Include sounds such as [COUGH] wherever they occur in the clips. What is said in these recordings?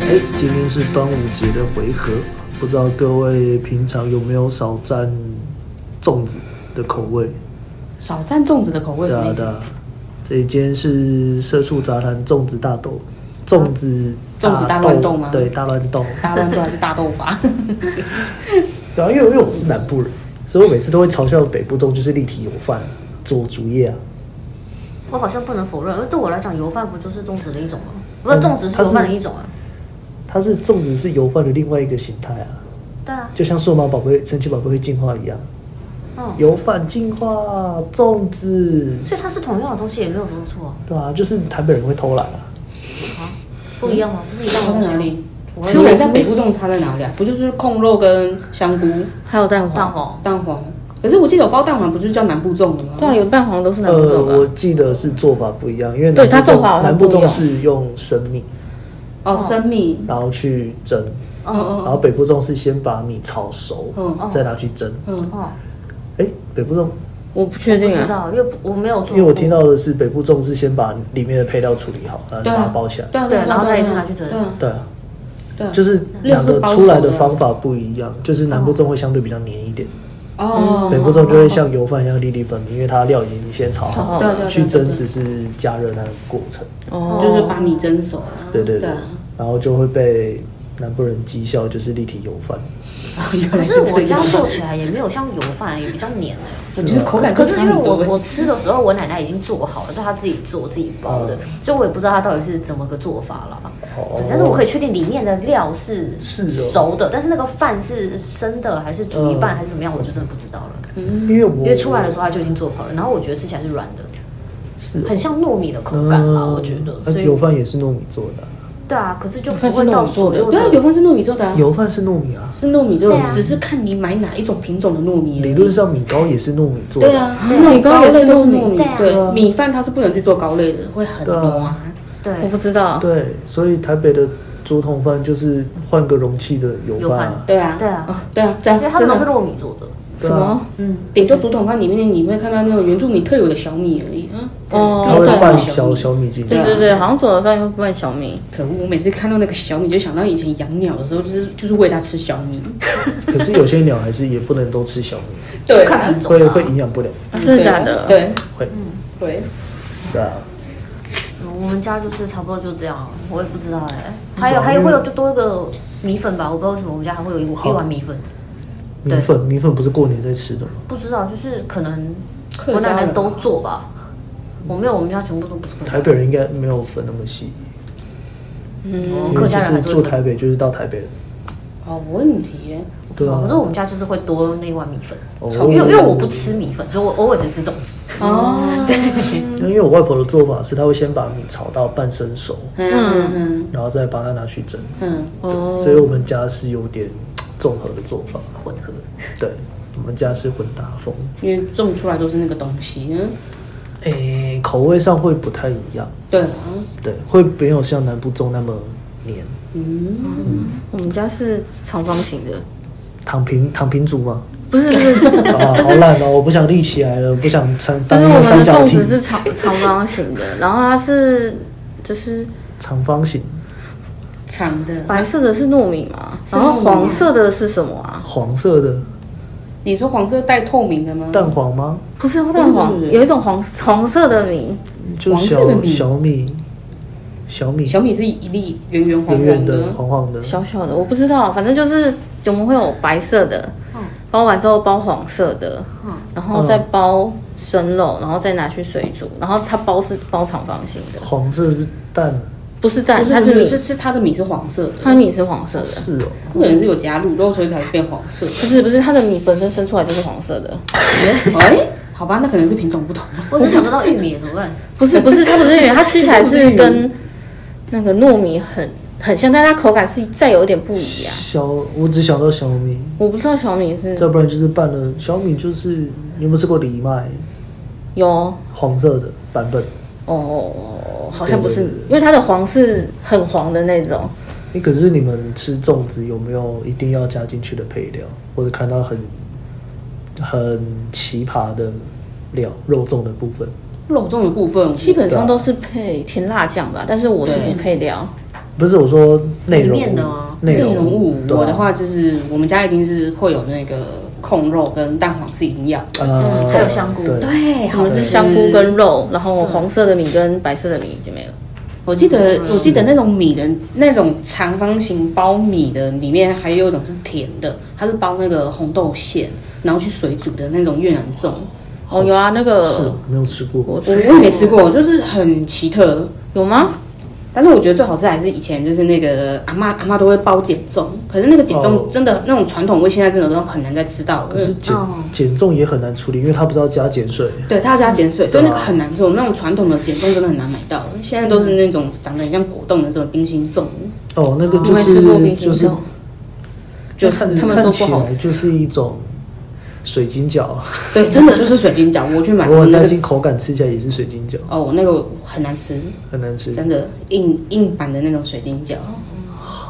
哎，今天是端午节的回合，不知道各位平常有没有少蘸粽子的口味？少蘸粽子的口味对什么啊，意对思？啊。这一间是社畜杂谈粽子大豆，粽子粽子大乱斗吗对，大乱斗。大乱斗还是大斗法？对啊，因为因为我是南部人，所以我每次都会嘲笑北部粽就是立体油饭、做竹叶啊。我好像不能否认，因为对我来讲，油饭不就是粽子的一种吗？不是，粽子是油饭的一种啊。它是粽子是油饭的另外一个形态啊，对啊，就像数码宝贝、神奇宝贝会进化一样，嗯，油饭进化粽子，所以它是同样的东西，也没有什么错啊，对啊，就是台北人会偷懒啊。不一样吗？不是一样的差在东西啊哪吗？里？ [LAUGHS] 其实我在北部粽差在哪里啊？不就是控肉跟香菇、还有蛋蛋黄，黄蛋黄？可是我记得有包蛋黄，不就是叫南部粽的吗？对啊，有蛋黄都是南部呃，种我吧？记得是做法不一样，因为南对部它做法粽好像南部不一粽样是用生米，哦，生米，然后去蒸，哦嗯然后哦北部粽是先把米炒熟，哦，哦再拿去蒸。嗯哦，哎，北部粽，我不确不定知啊，道，因为我没有做因过。为我听到的是北部粽是先把里面的配料处理好，然后就对啊哦把它包起来。对啊对啊然后啊再一次对啊拿去蒸对啊对啊，对啊，就是料两是个包出来熟的的方法不一样，就是南部粽会相对比较黏一点，哦，嗯北部粽就会像油饭一样粒粒分明，因为它料已经先炒炒好好，对对对去对蒸对只是加热那个过程。哦，就是把米蒸熟啊， [LAUGHS] 对对对啊，然后就会被南部人讥笑，就是立体油饭。哦原可来是这我家样，做起来也没有像油饭，也比较黏我哎、觉得口感可是因为我我我吃的时候，我奶奶已经做好了，是她自己做自己包的，所以我也不知道她到底是怎么个做法啦。哦对，但是我可以确定里面的料是是哦熟的，但是那个饭是生的还是煮一半嗯还是怎么样，我就真的不知道了。因为我因为出来的时候它就已经做好了，然后我觉得吃起来是软的，是很像糯米的口感啦，嗯我觉得。呃所以油饭也是糯米做的啊，对啊，可是就油不饭是会到糯米做所的有因为油的。饭是糯米做的啊，油饭是糯米啊，是糯米做对的啊，只是看你买哪一种品种的糯米而已。理论上米糕也是糯米做的。对啊，对啊那种糕类都是高糯类米都是糯米，对啊对，米饭它是不能去做糕类的，会很对啊浓啊。我对，不知道，啊对，所以台北的竹筒饭就是换个容器的油饭啊。对啊，对啊，对啊，对因为啊，他真们都是的。糯米做的。嗯对什啊么？顶多竹筒饭里面你会看到那种原住民特有的小米而已啊。哦它会对拌啊小小米进去对。啊对对，好像左的饭又不拌小米，可恶！我每次看到那个小米，就想到以前养鸟的时候，就是就是喂它吃小米。可是有些鸟还是也不能都吃小米，对，看品种会啊会营养不良。啊真的假的？，嗯对，嗯会对，对啊，嗯我们家就是差不多就这样，我也不知道哎、你还有找还有那会个有就多一个米粉吧，我不知道为什么我们家还会有一好一碗米粉，米粉米粉不是过年在吃的吗？不知道就是可能客我奶家奶人啊都做吧，我没有，我们家全部都不是客家台人，北人应该没有分那么细，哦因客为就家人还是是住会分，台北就是到台北人。好问题耶。我不对知道啊哦可是我们家就是会多那一碗米粉，哦因为因为我不吃米粉，所以我偶尔只吃粽子。哦，对，因为我外婆的做法是，她会先把米炒到半生熟，嗯嗯然后再把它拿去蒸。嗯，所以我们家是有点综合的做法，混合，对，我们家是混搭风，因为种出来都是那个东西。嗯，诶、口味上会不太一样，对啊，对，会没有像南部粽那么黏。嗯，我们家是长方形 [LAUGHS] 的，躺平躺平族嘛，不是不是，啊，好烂哦！我不想立起来了，不想成当但是那个我们三的角粽体子，是长长方形的，然后它是就是长方形，长的。白色的是糯米嘛，是然后糯米啊黄色的是什么啊？黄色的你说黄色带透明的吗？蛋黄吗？不是蛋黄不是，有一种黄黄色的米，就黄色的小米小米，小米小米是一粒圆圆黄圆黄圆的的，黄黄的，小小的，我不知道，反正就是我们会有白色的，包完之后包黄色的，然后再包生肉，然后再拿去水煮，然后它包是包长方形的，黄色是蛋，不是蛋，不是它不是是米，是是它的米是黄色它的，的米是黄色的，是哦，不可能是有加卤肉所以才会变黄色的。不是不是，它的米本身生出来就是黄色的，哎，好吧，那可能是品种不同。我只想不到玉米怎么办？不是不是，它不是圆，它吃起来这不是是圆跟那个糯米很很像，但它口感是再有一点不一啊样。小我只想到小米，我不知道小米是再不然就是拌了小米，就是你有没有吃过藜麦有哦黄色的版本？哦，好像不是对对对，因为它的黄是很黄的那种。诶可是你们吃粽子有没有一定要加进去的配料，或者看到很很奇葩的料肉粽的部分？肉粽的部分，基本上都是配甜辣酱吧，但是我是不配料，不是我说内容里面的哦物吗，内容物，对啊我的话就是我们家一定是会有那个控肉跟蛋黄是一定要的，呃，还有香菇对对，哎我好们吃是香菇跟肉，然后黄色的米跟白色的米就没了。我记得我记得那种米的那种长方形包米的里面还有一种是甜的，它是包那个红豆馅，然后去水煮的那种越南粽，哦，有啊，那是个没有吃过，我我我也没吃过，就是很奇特。有吗？但是我觉得最好吃还是以前就是那个阿妈阿妈都会包碱粽，可是那个碱哦粽真的、那种传统味，现在真的都很难再吃到了。可是减嗯减重也很难处理，因为它不知道加碱水。对，它要加碱水，所以那个对啊很难做。那种传统的碱粽真的很难买到，现在都是那种长得很像果冻的这种冰心 [LAUGHS] 粽，哦，那个我就没是吃过冰淇就淋是粽，就是他们看说起不好来吃。就是一种水晶饺，对，真的就是水晶饺。我去 [LAUGHS] 买我过很那担个心口感吃起来也是水晶饺，哦，我那个很难吃，很难吃。真的硬硬版的那种水晶饺，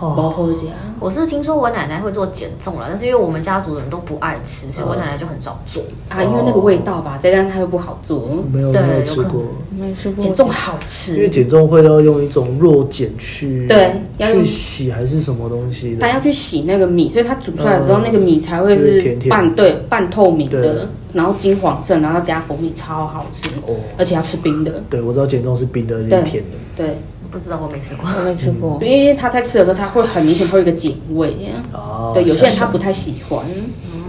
哦薄厚夹。我是听说我奶奶会做减重了，但是因为我们家族的人都不爱吃，所以我奶奶就很少做。啊，因为那个味道吧，再加上它又不好做，没有对没有有吃可能过，没吃过减重好因为吃，减重会要用一种弱碱去对要去用洗还是什么东西它的，要去洗那个米，所以它煮出来之后，嗯那个米才会就是是甜甜半对半透明对的，然后金黄色，然后加蜂蜜，超好吃，哦而且要吃冰的，对，我知道减重是冰的，而且对是甜的。对。不知道我没吃过。我没吃过。因为他在吃的时候，他会很明显会有一个碱味。啊，对，有些人他想不太喜欢。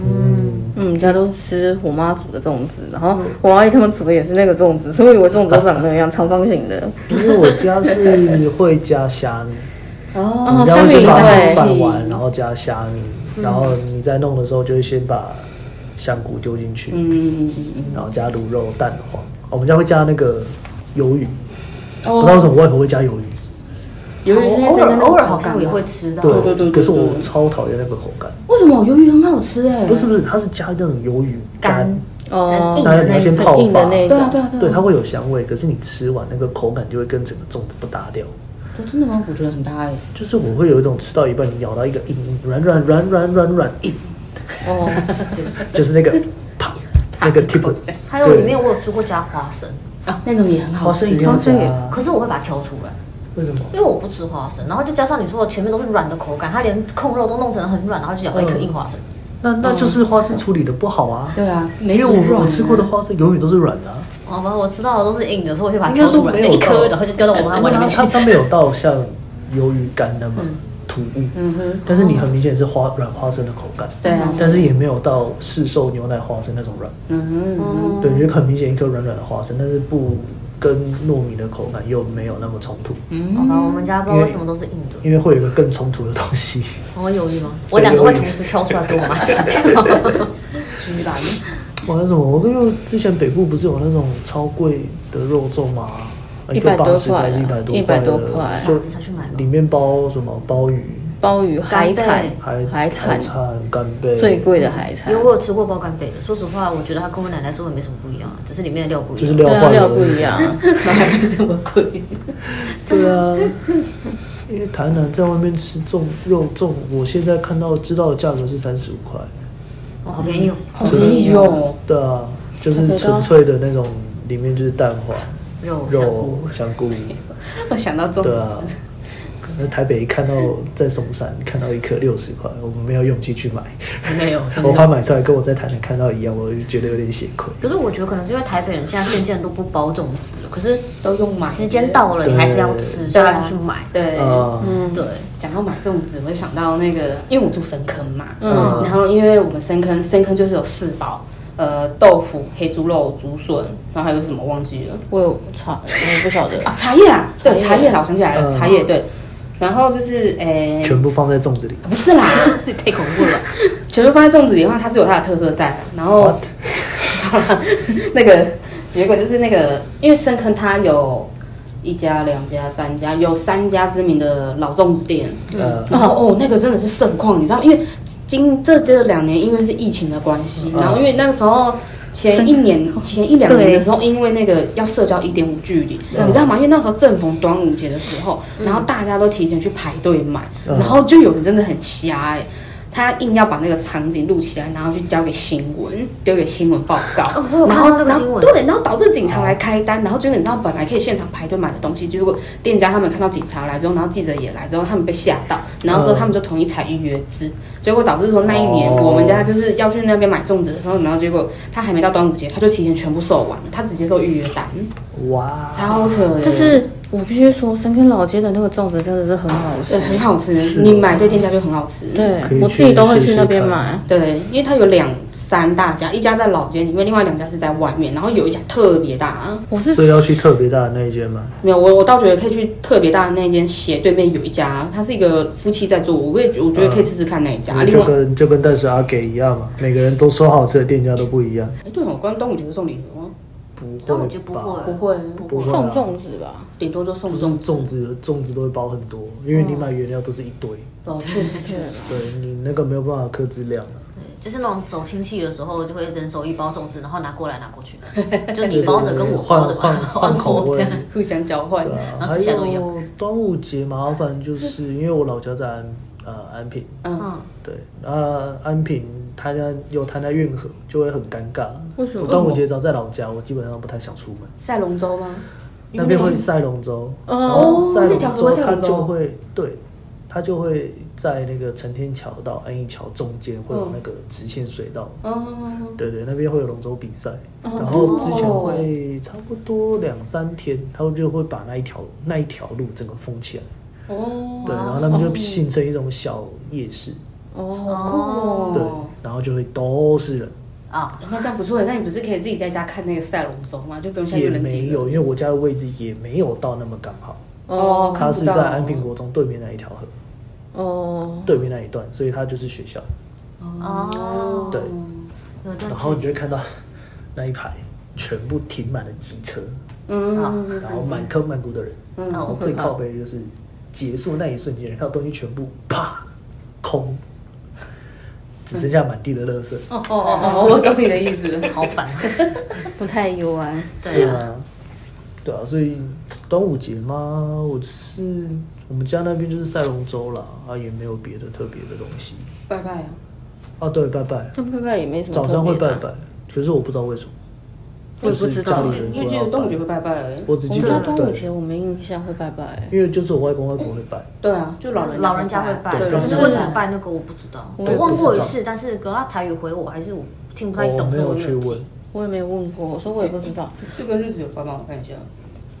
嗯，我们家都是吃我妈煮的粽子，然后我阿姨他们煮的也是那个粽子， [LAUGHS] 所以我粽子都长那样，长方形的。想因为我家是会加虾米，哦你哦家虾米会先把对饭拌完，然后加虾米，然后你在弄的时候就会先把香菇丢进去，嗯，然后加卤肉、蛋黄，哦我们家会加那个鱿鱼，不知道为哦，什么我外婆会加鱿鱼，鱿鱼偶尔偶尔好像啊也会。吃到，对对对可是对我对超讨厌那个口感，哦为什么鱿鱼很好吃？哎，不是不是，它是加那种鱿鱼干干，哦硬，然后的你要那先种泡硬的发，那一对啊种。对啊对，对啊，它会有香味，可是你吃完那个口感就会跟整个粽子不搭调。我真的吗？我觉得很搭哎。就是我会有一种吃到一半，你咬到一个硬硬软软软软软软硬，哦，就是 [LAUGHS] 那个啪，那个 tip，还有里面我有吃过加花生，啊，那种也很好花生吃一定。要花加生也啊，可是我会把它挑出来，为什么？因为我不吃花生，然后再加上你说的前面都是软的口感，它连控肉都弄成很软，然后就咬嗯了一颗硬花生。那那就是花生处理的不好啊。对啊，没因为煮我软我啊。吃过的花生永远都是软的啊，哦，反正我吃到的都是硬的，所以我就把它挑出来，应该说就没有一颗，到然后就丢到我妈因碗为里它面 [LAUGHS] 去它。它没有到像鱿鱼干那么突兀，嗯哼，但是你很明显是花软花生的口感，对啊，但是也没有到市售牛奶花生那种软，嗯哼嗯哼，对，就是很明显一颗软软的花生，但是不跟糯米的口感又没有那么冲突，嗯好吧，哦我们家不知道为什么都是硬的。因为会有一个更冲突的东 [LAUGHS] 西。我会犹豫吗？我两个会同时挑出来给我妈吃掉。 [LAUGHS] 居然玩那种，我跟为之前北部不是有那种超贵的肉粽吗？一百多80还是一百块多块的， 100多块啊上次才去买吗里面包什么鲍鱼、鲍鱼、海产干、海海产产、干贝，最贵的海产因为，我有吃过包干贝的，说实话，我觉得它跟我奶奶做的没什么不一样，啊只是里面的料不一就是样。料对啊换料的不一。样。那么贵，对啊，因为台南在外面吃粽肉粽，我现在看到知道的价格是三十五块。哦，好便宜哦，好便宜哦。对啊，就是纯粹的那种，里面就是蛋黄、肉香肉菇。、香菇。我想哦 [LAUGHS] 到粽对啊子，，那台北一看到在松山看到一颗六十块，我们没有勇气去买，没有，真我怕的。买出来跟我在台南看到一样，我就觉得有点血亏。可是我觉得可能是因为台北人现在渐渐都不包粽子了，可是都用买。时间到了，你还是要吃，所以他就去买。对，啊、对，讲到买粽子，我就想到那个，因为我住深坑嘛，嗯嗯，然后因为我们深坑，深坑就是有四宝，呃，豆腐、黑猪肉、竹笋，然后还有什么忘记了我有查，我不晓得。啊，茶叶啦，对，茶茶叶叶啦，我想起来了，嗯茶叶对，然后就是诶、啊全部放在粽子里。不是啦，太恐怖了。全部放在粽子里的话，它是有它的特色在，然后 What？好啦 [LAUGHS] 那个有一个就是那个，因为深坑它有一家、两家、三家，有三家知名的老粽子店，呃，哦哦，那个真的是盛况，你知道，因为今这这两年因为是疫情的关系，嗯然后因为那个时候前一年、前一两年的时候，因为那个要社交一点五距离，嗯你知道吗？因为那时候正逢端午节的时候，然后大家都提前去排队买，嗯然后就有人真的很瞎哎、他硬要把那个场景录起来，然后去交给新闻，丢给新闻报告，哦我有然看后到那个然新后闻对，然后导致警察来开单，然后结果你知道本来可以现场排队买的东西，结果店家他们看到警察来之后，然后记者也来之后，他们被吓到，然后之后嗯他们就统一采预约制，结果导致说那一年哦我们家就是要去那边买粽子的时候，然后结果他还没到端午节，他就提前全部售完了，他只接受预约单，哇，超扯的，就是我必须说，三坑老街的那个粽子真的是很好吃对，，很好吃，是你买对店家就很好吃，对可以我自己都会去去那边试试看买。对，因为它有两三大家，一家在老街里面，另外两家是在外面，然后有一家特别大，我是所以要去特别大的那一间买。没有我我倒觉得可以去特别大的那间斜对面有一家，它是一个夫妻在做，我也觉嗯我觉得可以试试看那一家。另就外，跟就跟但是阿给一样嘛，每个人都说好吃的店家都不一样。哎，对哦，关端午节会送礼盒吗？不但我会觉得不吧？会，不会，不会啊送粽子吧？顶多就送不粽。像粽子，粽子都会包很多，因为你买原料都是一堆，哦，确实确实，对你那个没有办法克制量啊。就是那种走亲戚的时候，就会人手一包粽子，然后拿过来拿 [LAUGHS] 过去，就你包的跟我包的换换换口味 [LAUGHS] 这样。互相交换对。啊，然后还吃起来都一样有端午节麻烦就是因为我老家在安呃安平，嗯，嗯，对，那安平它那有它那运河就会很尴尬。为什我么？端午节只要在老家，我基本上不太想出门，赛龙舟吗？那边会塞龙舟，哦然后塞那条河舟会塞它龙舟就会对，它就会在那个承天桥到安义桥中间会嗯有那个直线水道，哦，对对，那边会有龙舟比赛，哦然后之前酷哦会差不多两三天，他们就会把那一条那一条路整个封起来，哦，对，然后他们就形成一种小夜市，哦，好酷哦。哎对，然后就会都是人，啊，那这样不错耶，那你不是可以自己在家看那个赛龙舟吗？就不用下去也人挤没有，人。因为我家的位置也没有到那么刚好，哦看它不是到在安平国中对面那一条河，哦，对面那一段，所以它就是学校，哦对，有这然样后你就会看到那一排全部停满了机车，啊嗯，然后满坑满谷的人，嗯然后好可最怕靠背的就是结束那一瞬间，然后东西全部啪空，只剩下满地的垃圾。嗯哦哦哦哦，我懂你的意思了。好烦，不太游玩。对啊，啊，对啊，所以端午节嘛，我是我们家那边就是赛龙舟啦，啊也没有别的特别的东西。拜拜啊！啊，对，拜拜，但拜拜也没什么早特别的啊。上会拜拜，可是我不知道为什么，我就也不是知家道里我人记说得要端午节拜会，拜啊拜而已。我只我记们得家端午对，节我没印象会拜欸拜，因为就是我外公外婆会拜，对啊，就老人老人家会拜，对可是对为什么拜那个我不知道，对我问不知过一道次，但是格拉台语回我还是我听不太我懂，哦没所以我去没有记问。，我也没问过。我说我也不知道，这个日子有关吗？我看一下。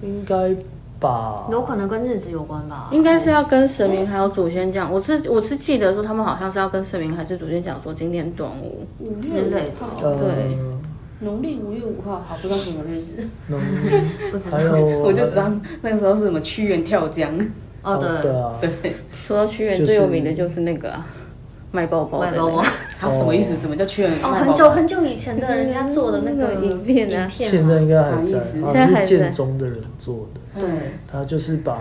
应该吧？有可能跟日子有关吧？应该是要跟神明还有祖先讲。我是我是记得说他们好像是要跟神明还是祖先讲说今天端午。嗯之类的呃，对农历五月五号，好，不知道什么日子，那不知道还。有，我就知道那个时候是什么屈原跳江，哦，对，啊，对，说到屈原最有名的就是那个啊卖包包的外那包个包。他什么意思？什么叫屈原？哦，很久很久以前的人家做的那个那个影片啊影片现在应该还啥意在，思好现在像还是在建中的人做的，对，他就是把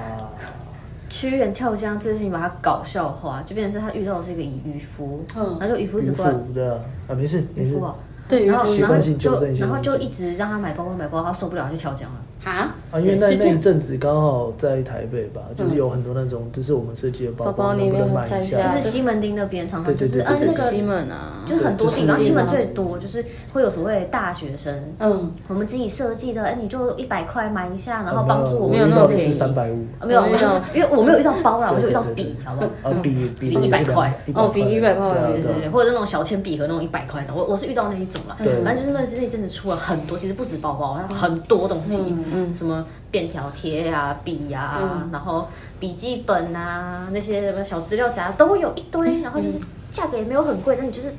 屈原跳江这件事情把它搞笑化，就变成是他遇到的是一个渔夫，嗯然后就渔夫一直渔过来，夫的啊，没事没渔事夫，啊，对，然后习然后惯性纠就正一下然后就一直让他买包包买包，他受不了他就跳江了。哈，啊，因为那对就这那样一阵子刚好在台北吧，就是有很多那种，这是我们设计的包包包能不里能面买塞一对就啊是下？西门町那边常常就是对对啊对是那西个门啊，就是很多对就地是方，西门那最多就是会有所谓的大学生，嗯，我们自己设计的，哎，你就一百块买一下，然啊后帮助我没们有遇那到设么的计是便宜三百五，啊没有，我没有因为我没有遇到包啦，我对就遇到对对笔，好不好？啊，比比比100块哦比100对块啊对对对啊对，或者是那种小铅笔盒那种一百块的，我我是遇到那一种啦。对反正就是那那一阵子出了很多，其实不止包包，还有很多东西，什么便条贴啊、笔啊，嗯然后笔记本啊，那些什么小资料夹都有一堆，然后就是价格也没有很贵，但你就是。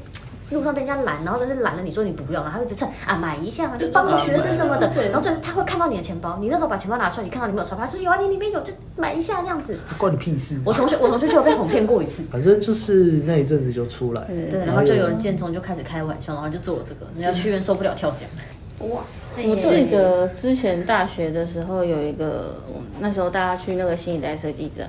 路上被人家拦，然后就是拦了，你说你不要，然后他就只蹭啊买一下嘛，就帮助学生什么的对对对。然后就是他会看到你的钱包，你那时候把钱包拿出来，你看到你没有钞票，他说有啊，你里面有，就买一下这样子。关你屁事。我同学我同学就有被哄骗过一次，反正就是那一阵子就出来，对，然后就有人见中就开始开玩笑，然后就做了这个，人家屈原受不了跳江，哇塞我记得之前大学的时候有一个，我那时候大家去那个新一代设计展，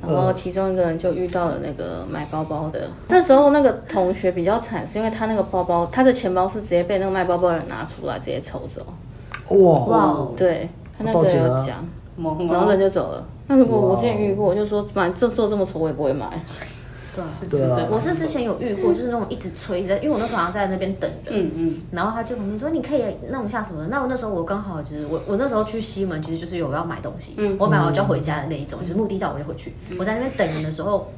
然后呃嗯其中一个人就遇到了那个买包包的。那时候那个同学比较惨，是因为他那个包包，他的钱包是直接被那个卖包包的人拿出来直接抽走。哇，哇，对他那时候哦报警有了啊讲，萌然后人哦，就走了。那如果哇我之前遇过，我就说，反正这做这么丑，我也不会买。对啊，对啊， [LAUGHS] 我是之前有遇过，就是那种一直催着，因为我那时候好像在那边等人，嗯嗯，然后他就旁边说你可以弄一下什么的。那我那时候我刚好就是我我那时候去西门，其实就是有要买东西，我买完我就要回家的那一种，就是目的到我就回去。我在那边等人的时候，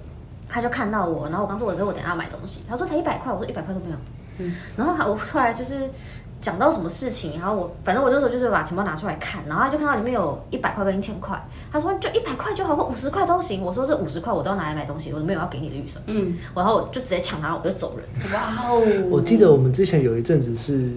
他就看到我，然后我刚说我说我等一下要买东西，他说才一百块，我说一百块都没有。然后他我后来就是讲到什么事情，然后我反正我那时候就是把钱包拿出来看，然后他就看到里面有一百块跟一千块，他说就一百块就好，或五十块都行。我说这五十块我都要拿来买东西，我没有要给你的预算。嗯，然后我就直接抢拿，我就走人。哇哦，我记得我们之前有一阵子是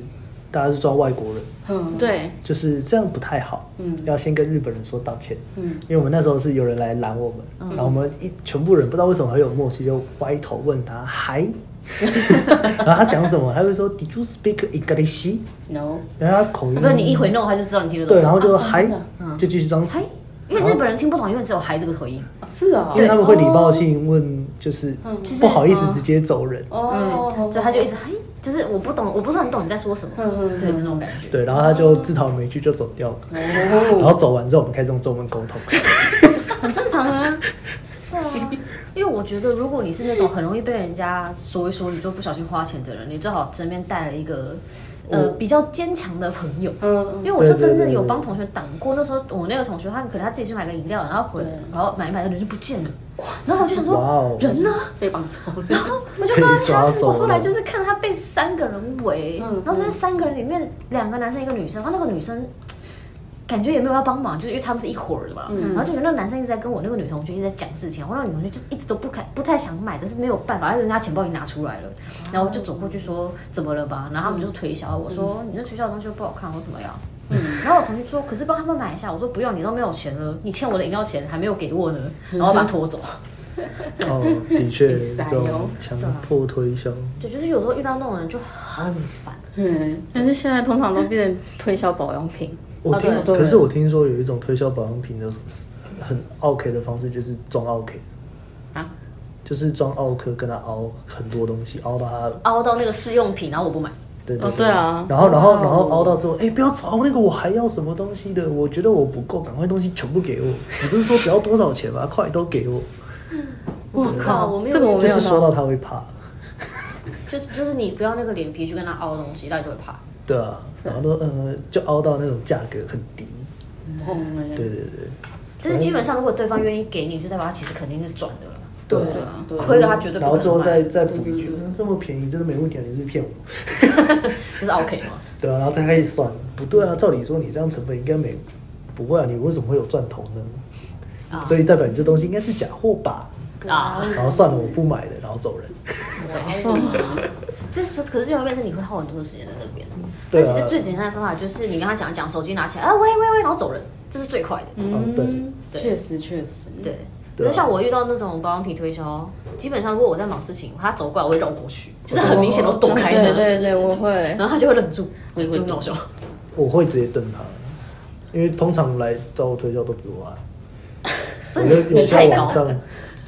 大家是抓外国人，嗯，对，就是这样不太好，嗯要先跟日本人说道歉，嗯，因为我们那时候是有人来拦我们，嗯然后我们一全部人不知道为什么很有默契，就歪头问他嗨， [LAUGHS] 然后他讲什么，他就说 Did you speak English？ ，no，然后他口音我，跟你一回弄，他就知哦道你听得懂。对，然后就啊嗨真的，就继续装死嗨，，因为日本人听不懂，因为只有“嗨”这个口音。哦是嗯啊，因为他们会礼貌哦性问，就是嗯就是不好意思嗯直接走人，哦，所以他就一直嗨，就是我不懂，我不是很懂你在说什么，嗯嗯嗯对那种感觉。对，然后他就自讨没趣就走掉了，然哦，后走完之后我们开始用中文沟通。很正常啊。 [LAUGHS] 对啊，因为我觉得如果你是那种很容易被人家说一说你就不小心花钱的人，你最好身边带了一个呃我比较坚强的朋友。嗯因为我就对真对的对有对帮同学挡过，那时候我那个同学他可能他自己去买个饮料，然后回来，然后买一买人就不见了，然后我就想哇说哦人呢？被绑走了，然后我就骂被他，抓走我后来了就是看他被三个人围，嗯然后就是三个人里面两个男生一个女生，然后那个女生。感觉也没有要帮忙，就是因为他们是一伙儿的嘛，嗯然后就觉得那个男生一直在跟我那个女同学一直在讲事情，然后那个女同学就一直都不敢不太想买，但是没有办法，但是她钱包已经拿出来了，嗯然后我就走过去说怎么了吧，然后他们就推销，我说、你那推销的东西又不好看，我什么要？嗯然后我同学说，可是帮他们买一下，我说不用，你都没有钱了，你欠我的饮料钱还没有给我呢，嗯然后把他拖走。 [LAUGHS] 哦，的确，比赛这哦种强迫推销，对，就是有时候遇到那种人就很烦，嗯，但是现在通常都变成推销保养品，我听，哦对对可是我听说有一种推销保养品的很 OK 的方式，就是装 OK 啊，就是装奥克跟他凹很多东西，凹到他，凹到那个试用品，然后我不买。对对哦对啊然后然后哇哦然后凹到之后，哎，不要吵那个，我还要什么东西的，我觉得我不够，赶快东西全部给我，你不是说只要多少钱吗？快都给我，我靠我没有这个我就没有是说到，到他会怕，就是就是你不要那个脸皮去跟他凹东西，大家就会怕。对啊，然后都呃就凹到那种价格很低，碰嗯了，对对对。但是基本上，如果对方愿意给你，就代表他其实肯定是赚的了。对对啊，对啊，亏了他绝对不可能然后之后再再补对一对句对，嗯这么便宜真的没问题啊，你是不是骗我，这是 OK 吗？对啊，然后再开始算，不对啊，照理说你这样成本应该没不会啊，你为什么会有赚头呢？啊所以代表你这东西应该是假货吧？啊，然后算了，我不买了，然后走人。这是可是就会变成你会耗很多的时间在那边。对但啊其实最简单的方法就是你跟他讲一讲，手机拿起来，啊喂喂喂，然后走人，这是最快的。嗯，对，对确实确实，对。对啊那像我遇到那种保养品推销，基本上如果我在忙事情，他走过来我会绕过去，就是很明显哦都躲开对的，对对，我会。然后他就会忍住，我也会就很搞笑。我会直接瞪他，因为通常来找我推销都比我 [LAUGHS] 矮，我就有你些太高晚上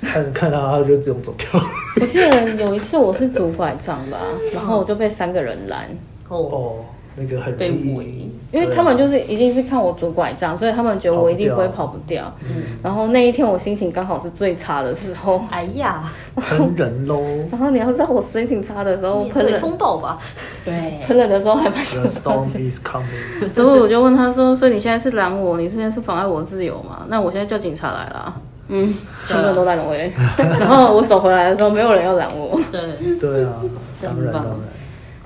看看他，他就自动走掉了。 [LAUGHS] 我记得有一次我是拄拐杖吧，然后我就被三个人拦，哦，哦，那个很容被易啊围，因为他们就是一定是看我拄拐杖，所以他们觉得我一定不会跑不掉。然后那一天我心情刚好是最差的时候，哎呀，喷人 [LAUGHS] 喽。然后你要知道我心情差的时候喷对冷风暴吧。对，喷冷的时候还蛮 The storm is [LAUGHS] coming。 [LAUGHS] 所以我就问他说：“所以你现在是拦我，你现在是妨碍我自由吗？那我现在叫警察来了。”嗯， [LAUGHS] 全部人啊都拦我耶。 [LAUGHS] 然后我走回来的时候，没有人要拦我。对，对啊，真当然棒当然。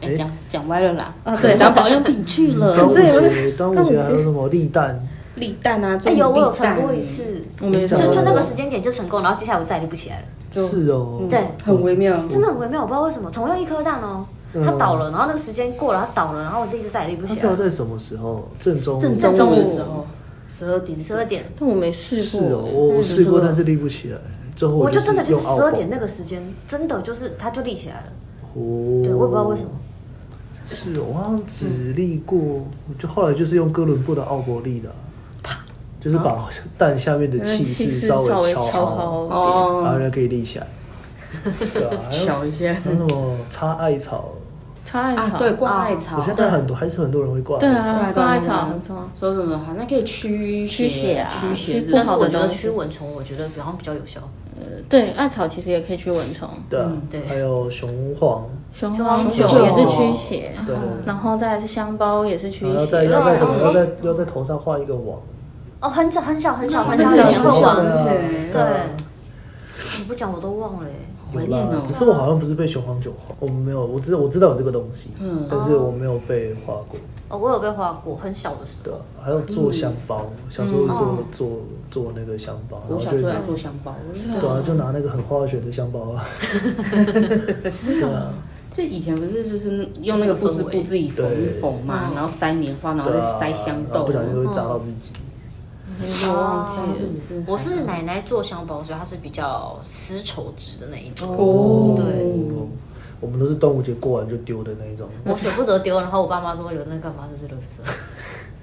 哎，讲讲歪了啦，啊对讲保养品去呃端午了，对节，端午节还有什么立蛋？立蛋啊，哎种呦，我有立成蛋过一，次，我们也就真就的那个时间点就成功，然后接下来我再也立不起来了，是哦，对很微妙，真的很微妙，我不知道为什么，同样一颗蛋哦，它倒了，然后那个时间过了，它倒了，然后我立就再也立不它起是要来了，在什么时候？正中午。正中中午的午时候，十二点十二点，但我没试是过。哦，我我试过，但是立不起来。最后嗯我就就真的就是十二点那个。个时间，真的就是它就立起来了，哦。对，我也不知道为什么。。是哦，我好像只立过，我就后来就是用哥伦布的奥伯立的啊，就是把蛋下面的气嗯气势稍稍微敲敲好，好然后哦，就可以立起来。对 [LAUGHS] 啊，还有瞧一下还有什么插艾草？插艾啊，草，对，挂艾我草现，在很多还是很多人会挂对艾草。啊，对挂啊艾对啊草很重。说什么好像可以驱驱血啊驱血驱之类不的但是好的我觉得东西驱蚊虫，我觉得好像比较有效。呃，对，艾草其实也可以驱蚊虫，对啊，对还有雄黄，雄雄黄黄酒酒也是驱邪，嗯对，然后再来是香包也是驱然后再邪，要再怎么对要在要在头上画一个网，哦，很小很小很小很那小嗯个以很前小会很忘小了，的对啊对你不讲我都忘了欸。怀有念啦哦，只是我好像不是被雄黄酒画，我没有，我知我知道有这个东西，嗯但是我没有被画过，哦，我有被画过，很小的时候。对啊，还有做香包，小时候做嗯做做那个香包，然我后小就时候也做香包，我觉得对啊，就拿那个很化学的香包啊，对啊，就以前不是就是用那个布织布自己缝一缝嘛，然后塞棉花，然后对再啊塞香然豆后不，小心就会扎到自己，我忘记了。我是奶奶做香包，所以它是比较丝绸织的那一种。哦对我我们都是端午节过完就丢的那一种，我舍不得丢，然后我爸妈说留那干嘛，就是垃圾。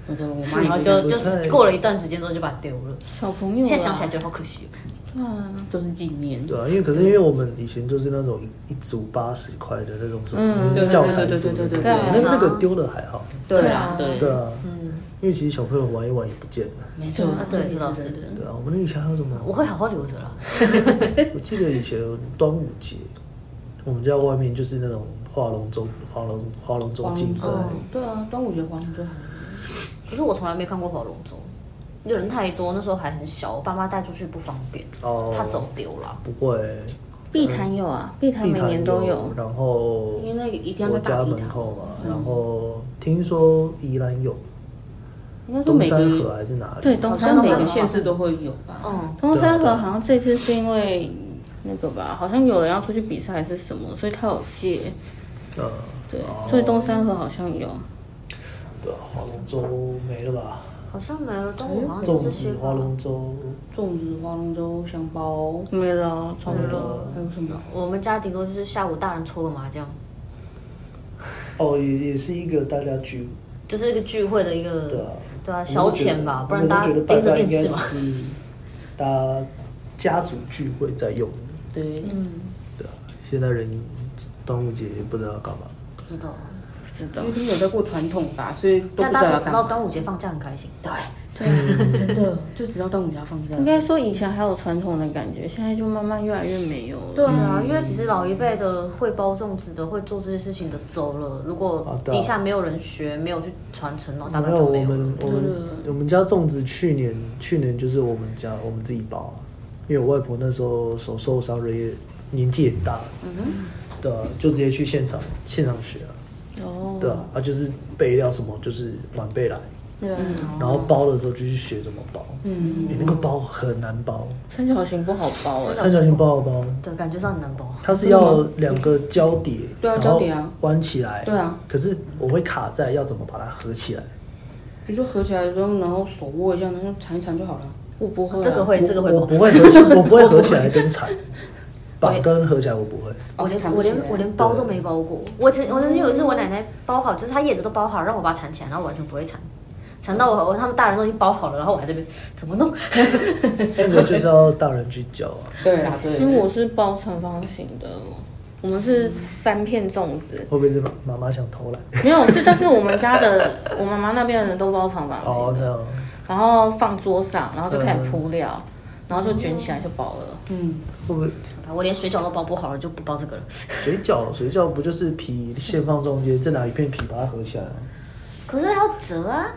那个我妈然后也就就不就太是过了一段时间之后就把它丢了。小朋友，啊现在想起来，觉得好可惜哦。就是纪念，对啊，因为可是因为我们以前就是那种一一组八十块的那种什嗯么教材对对组对的对对那个那个丢了还好，对啊啊对对，啊，因为其实小朋友玩一玩也不见了，没错啊，对这这倒倒是是的的。对啊，我们以前还有什么？我会好好留着啦。我记得以前端午节，我们家外面就是那种画龙舟、画龙画龙舟竞赛，哦对啊，端午节黄就好。可是我从来没看过划龙舟，因为人太多，那时候还很小，我爸妈带出去不方便，哦，怕走丢啦。不会，碧潭有啊，碧潭地每毯年都有，然后因为那个一定要我在家大地门堂，口嘛，嗯然后听说宜兰有应该说东每山个河还是哪里？对东山每每个个县市都会有吧？嗯，东啊山河好像这次是因为那个吧，好像有人要出去比赛还是什么，所以他有借。呃，对哦，所以东山河好像有。对啊，划龙舟没了吧？好像没了，但我好像有粽这子些、划吧。龙舟，粽子、花龙舟、香包，没了哦，差不没多了。还有什么？我们家顶多就是下午大人搓个麻将，哦，也也是一个大家聚，就是一个聚会的一个对啊，对啊我就消觉得遣吧，我不然就大家觉得盯着家电应该视只嘛。是大家家族聚会在用的，对，嗯对啊，现在人端午节也不知道要干嘛。不知道啊，不知道因为。他们有在过传统吧，所以都不但知大啊道要家都知干道嘛。端午节放假很开心。对 [LAUGHS] 对，啊真的就只要端午节要放假应。该说以前还有传统的感觉，现在就慢慢越来越没有了。对嗯啊，嗯因为其实老一辈的会包粽子的、会做这些事情的走了，如啊果对啊底下没有人学、没有去传承，然后大概没有就没我有了们。我们我们家粽子去年去年就是我们家我们自己包啊，因为我外婆那时候手受伤了，也年纪也大，嗯对啊，就直接去现场现场学啊，哦，对啊，啊就是备料什么就是晚辈来，对啊，嗯然后包的时候就去学怎么包，嗯，那个包很难包，三角形不好包哎是。的三角形包好包，对，感觉上很难包。它是要两个交叠，对啊然后交叠啊弯起来，对啊，可是我会卡在要怎么把它合起来，比如说合起来之后，然后手握一下，然后缠一缠就好了。我不会啊。这个会，我这个会我包。不会合起，我不会合起来 [LAUGHS] 跟缠，绑跟合起来我不会。我哦缠连不我起来连我连包都没包过。我曾我曾经有一次，我奶奶包好，就是她叶子都包好，让我把它缠起来，然后我完全不会缠，缠到我我他们大人都已经包好了，然后我还在那边怎么弄？那个就是要大人去教啊。对啦，对因为我是包长方形的，我们是三片粽子，会不会是妈妈妈想偷懒？没有是，但是我们家的我妈妈那边的人都包长方形哦，的这样然后放桌上，然后就开始铺料，然后就卷起来就饱了。嗯，会不会我连水饺都包不好了，就不包这个了。水饺？水饺不就是皮先放中间，再拿一片皮把它合起来吗？啊可是还要折啊，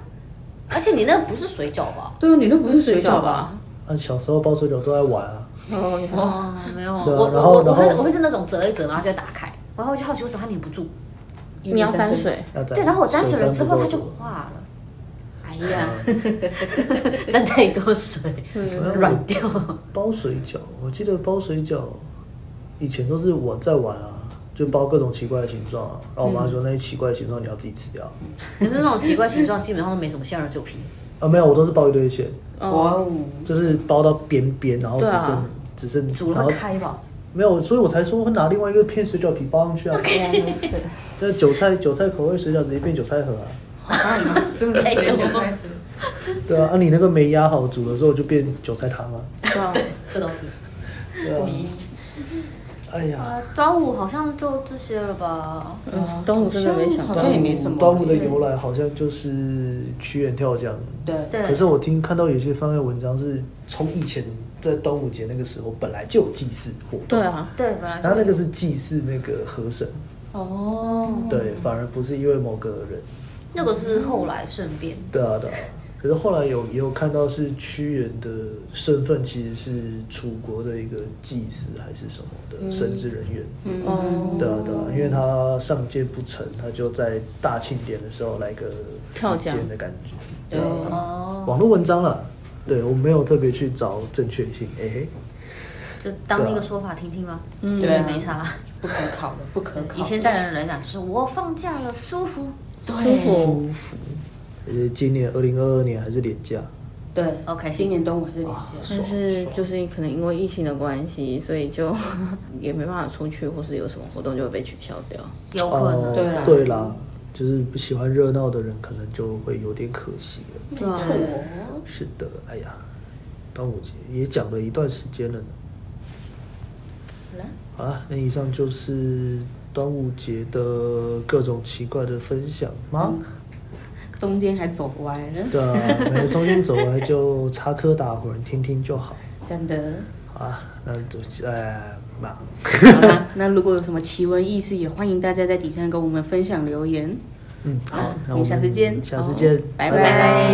而且你那个不是水饺吧？对啊，你那不是水饺吧？啊，小时候包水饺都在玩啊。哦，你 [LAUGHS] 看哦，没有，对啊我然我后我我然会后我会是那种折一折，然后就打开，然后我就好奇为什么它粘不住。你要沾水，要沾对，然后我沾水了之手后，它沾不就够化了，哎呀， [LAUGHS] 沾太多水嗯软掉。包水饺，我记得包水饺以前都是我在玩啊，就包各种奇怪的形状啊。然后我嗯妈说那些奇怪的形状你要自己吃掉。可是那种奇怪形状，基本上都没什么馅儿，就皮。啊，没有，我都是包一堆馅，哇哦，哦，就是包到边边，然后只对啊剩只剩煮嗯了然会后开 [LAUGHS] 吧？没有，所以我才说会拿另外一个片水饺皮包上去啊。原来如此那韭菜韭菜口味水饺直接变韭菜盒啊。真的 [LAUGHS] 太多水饺对啊，啊你那个没压啊嗯好，煮的时候就变韭菜汤啊。对啊这倒是。对啊，哎呀，啊，端午好像就这些了吧？哦嗯，端午真的没想好像到也，没什么端午的由来好像就是屈原跳江，对，对，可是我听看到有些翻译文章是从以前在端午节那个时候本来就有祭祀活动，对啊，对，本来然后那就个是祭祀那个河神，哦，对，反而不是因为某个人，那个是后来顺便，对啊对啊。可是后来有也有看到是屈原的身份其实是楚国的一个祭司还是什么的神职人员，嗯哦，对啊对啊，因为他上剑不成，他就在大庆典的时候来个跳江死谏的感觉，对哦，网络文章了，对我没有特别去找正确性，哎、嘿。就当一个说法听听吧，其对实啊没差。不可考的，不可考以。现代人来讲，就是我放假了，舒服。舒服，而且今年二零二二年还是廉价，对 OK 今年端午还是连接。但是就是可能因为疫情的关系，所以就 [LAUGHS] 也没办法出去，或是有什么活动就会被取消掉。有可能。哦对啊啦呃对啦，就是不喜欢热闹的人可能就会有点可惜了。没错，是的，哎呀，端午节也讲了一段时间了呢。好了，那以上就是端午节的各种奇怪的分享吗？中间还走歪了，对啊，每个中间走来就插科打诨，听听就好。真的。好啊，那就呃嘛，好啦，那如果有什么奇闻异事，也欢迎大家在底下跟我们分享留言。嗯，好好，那我们下次见下次见，拜拜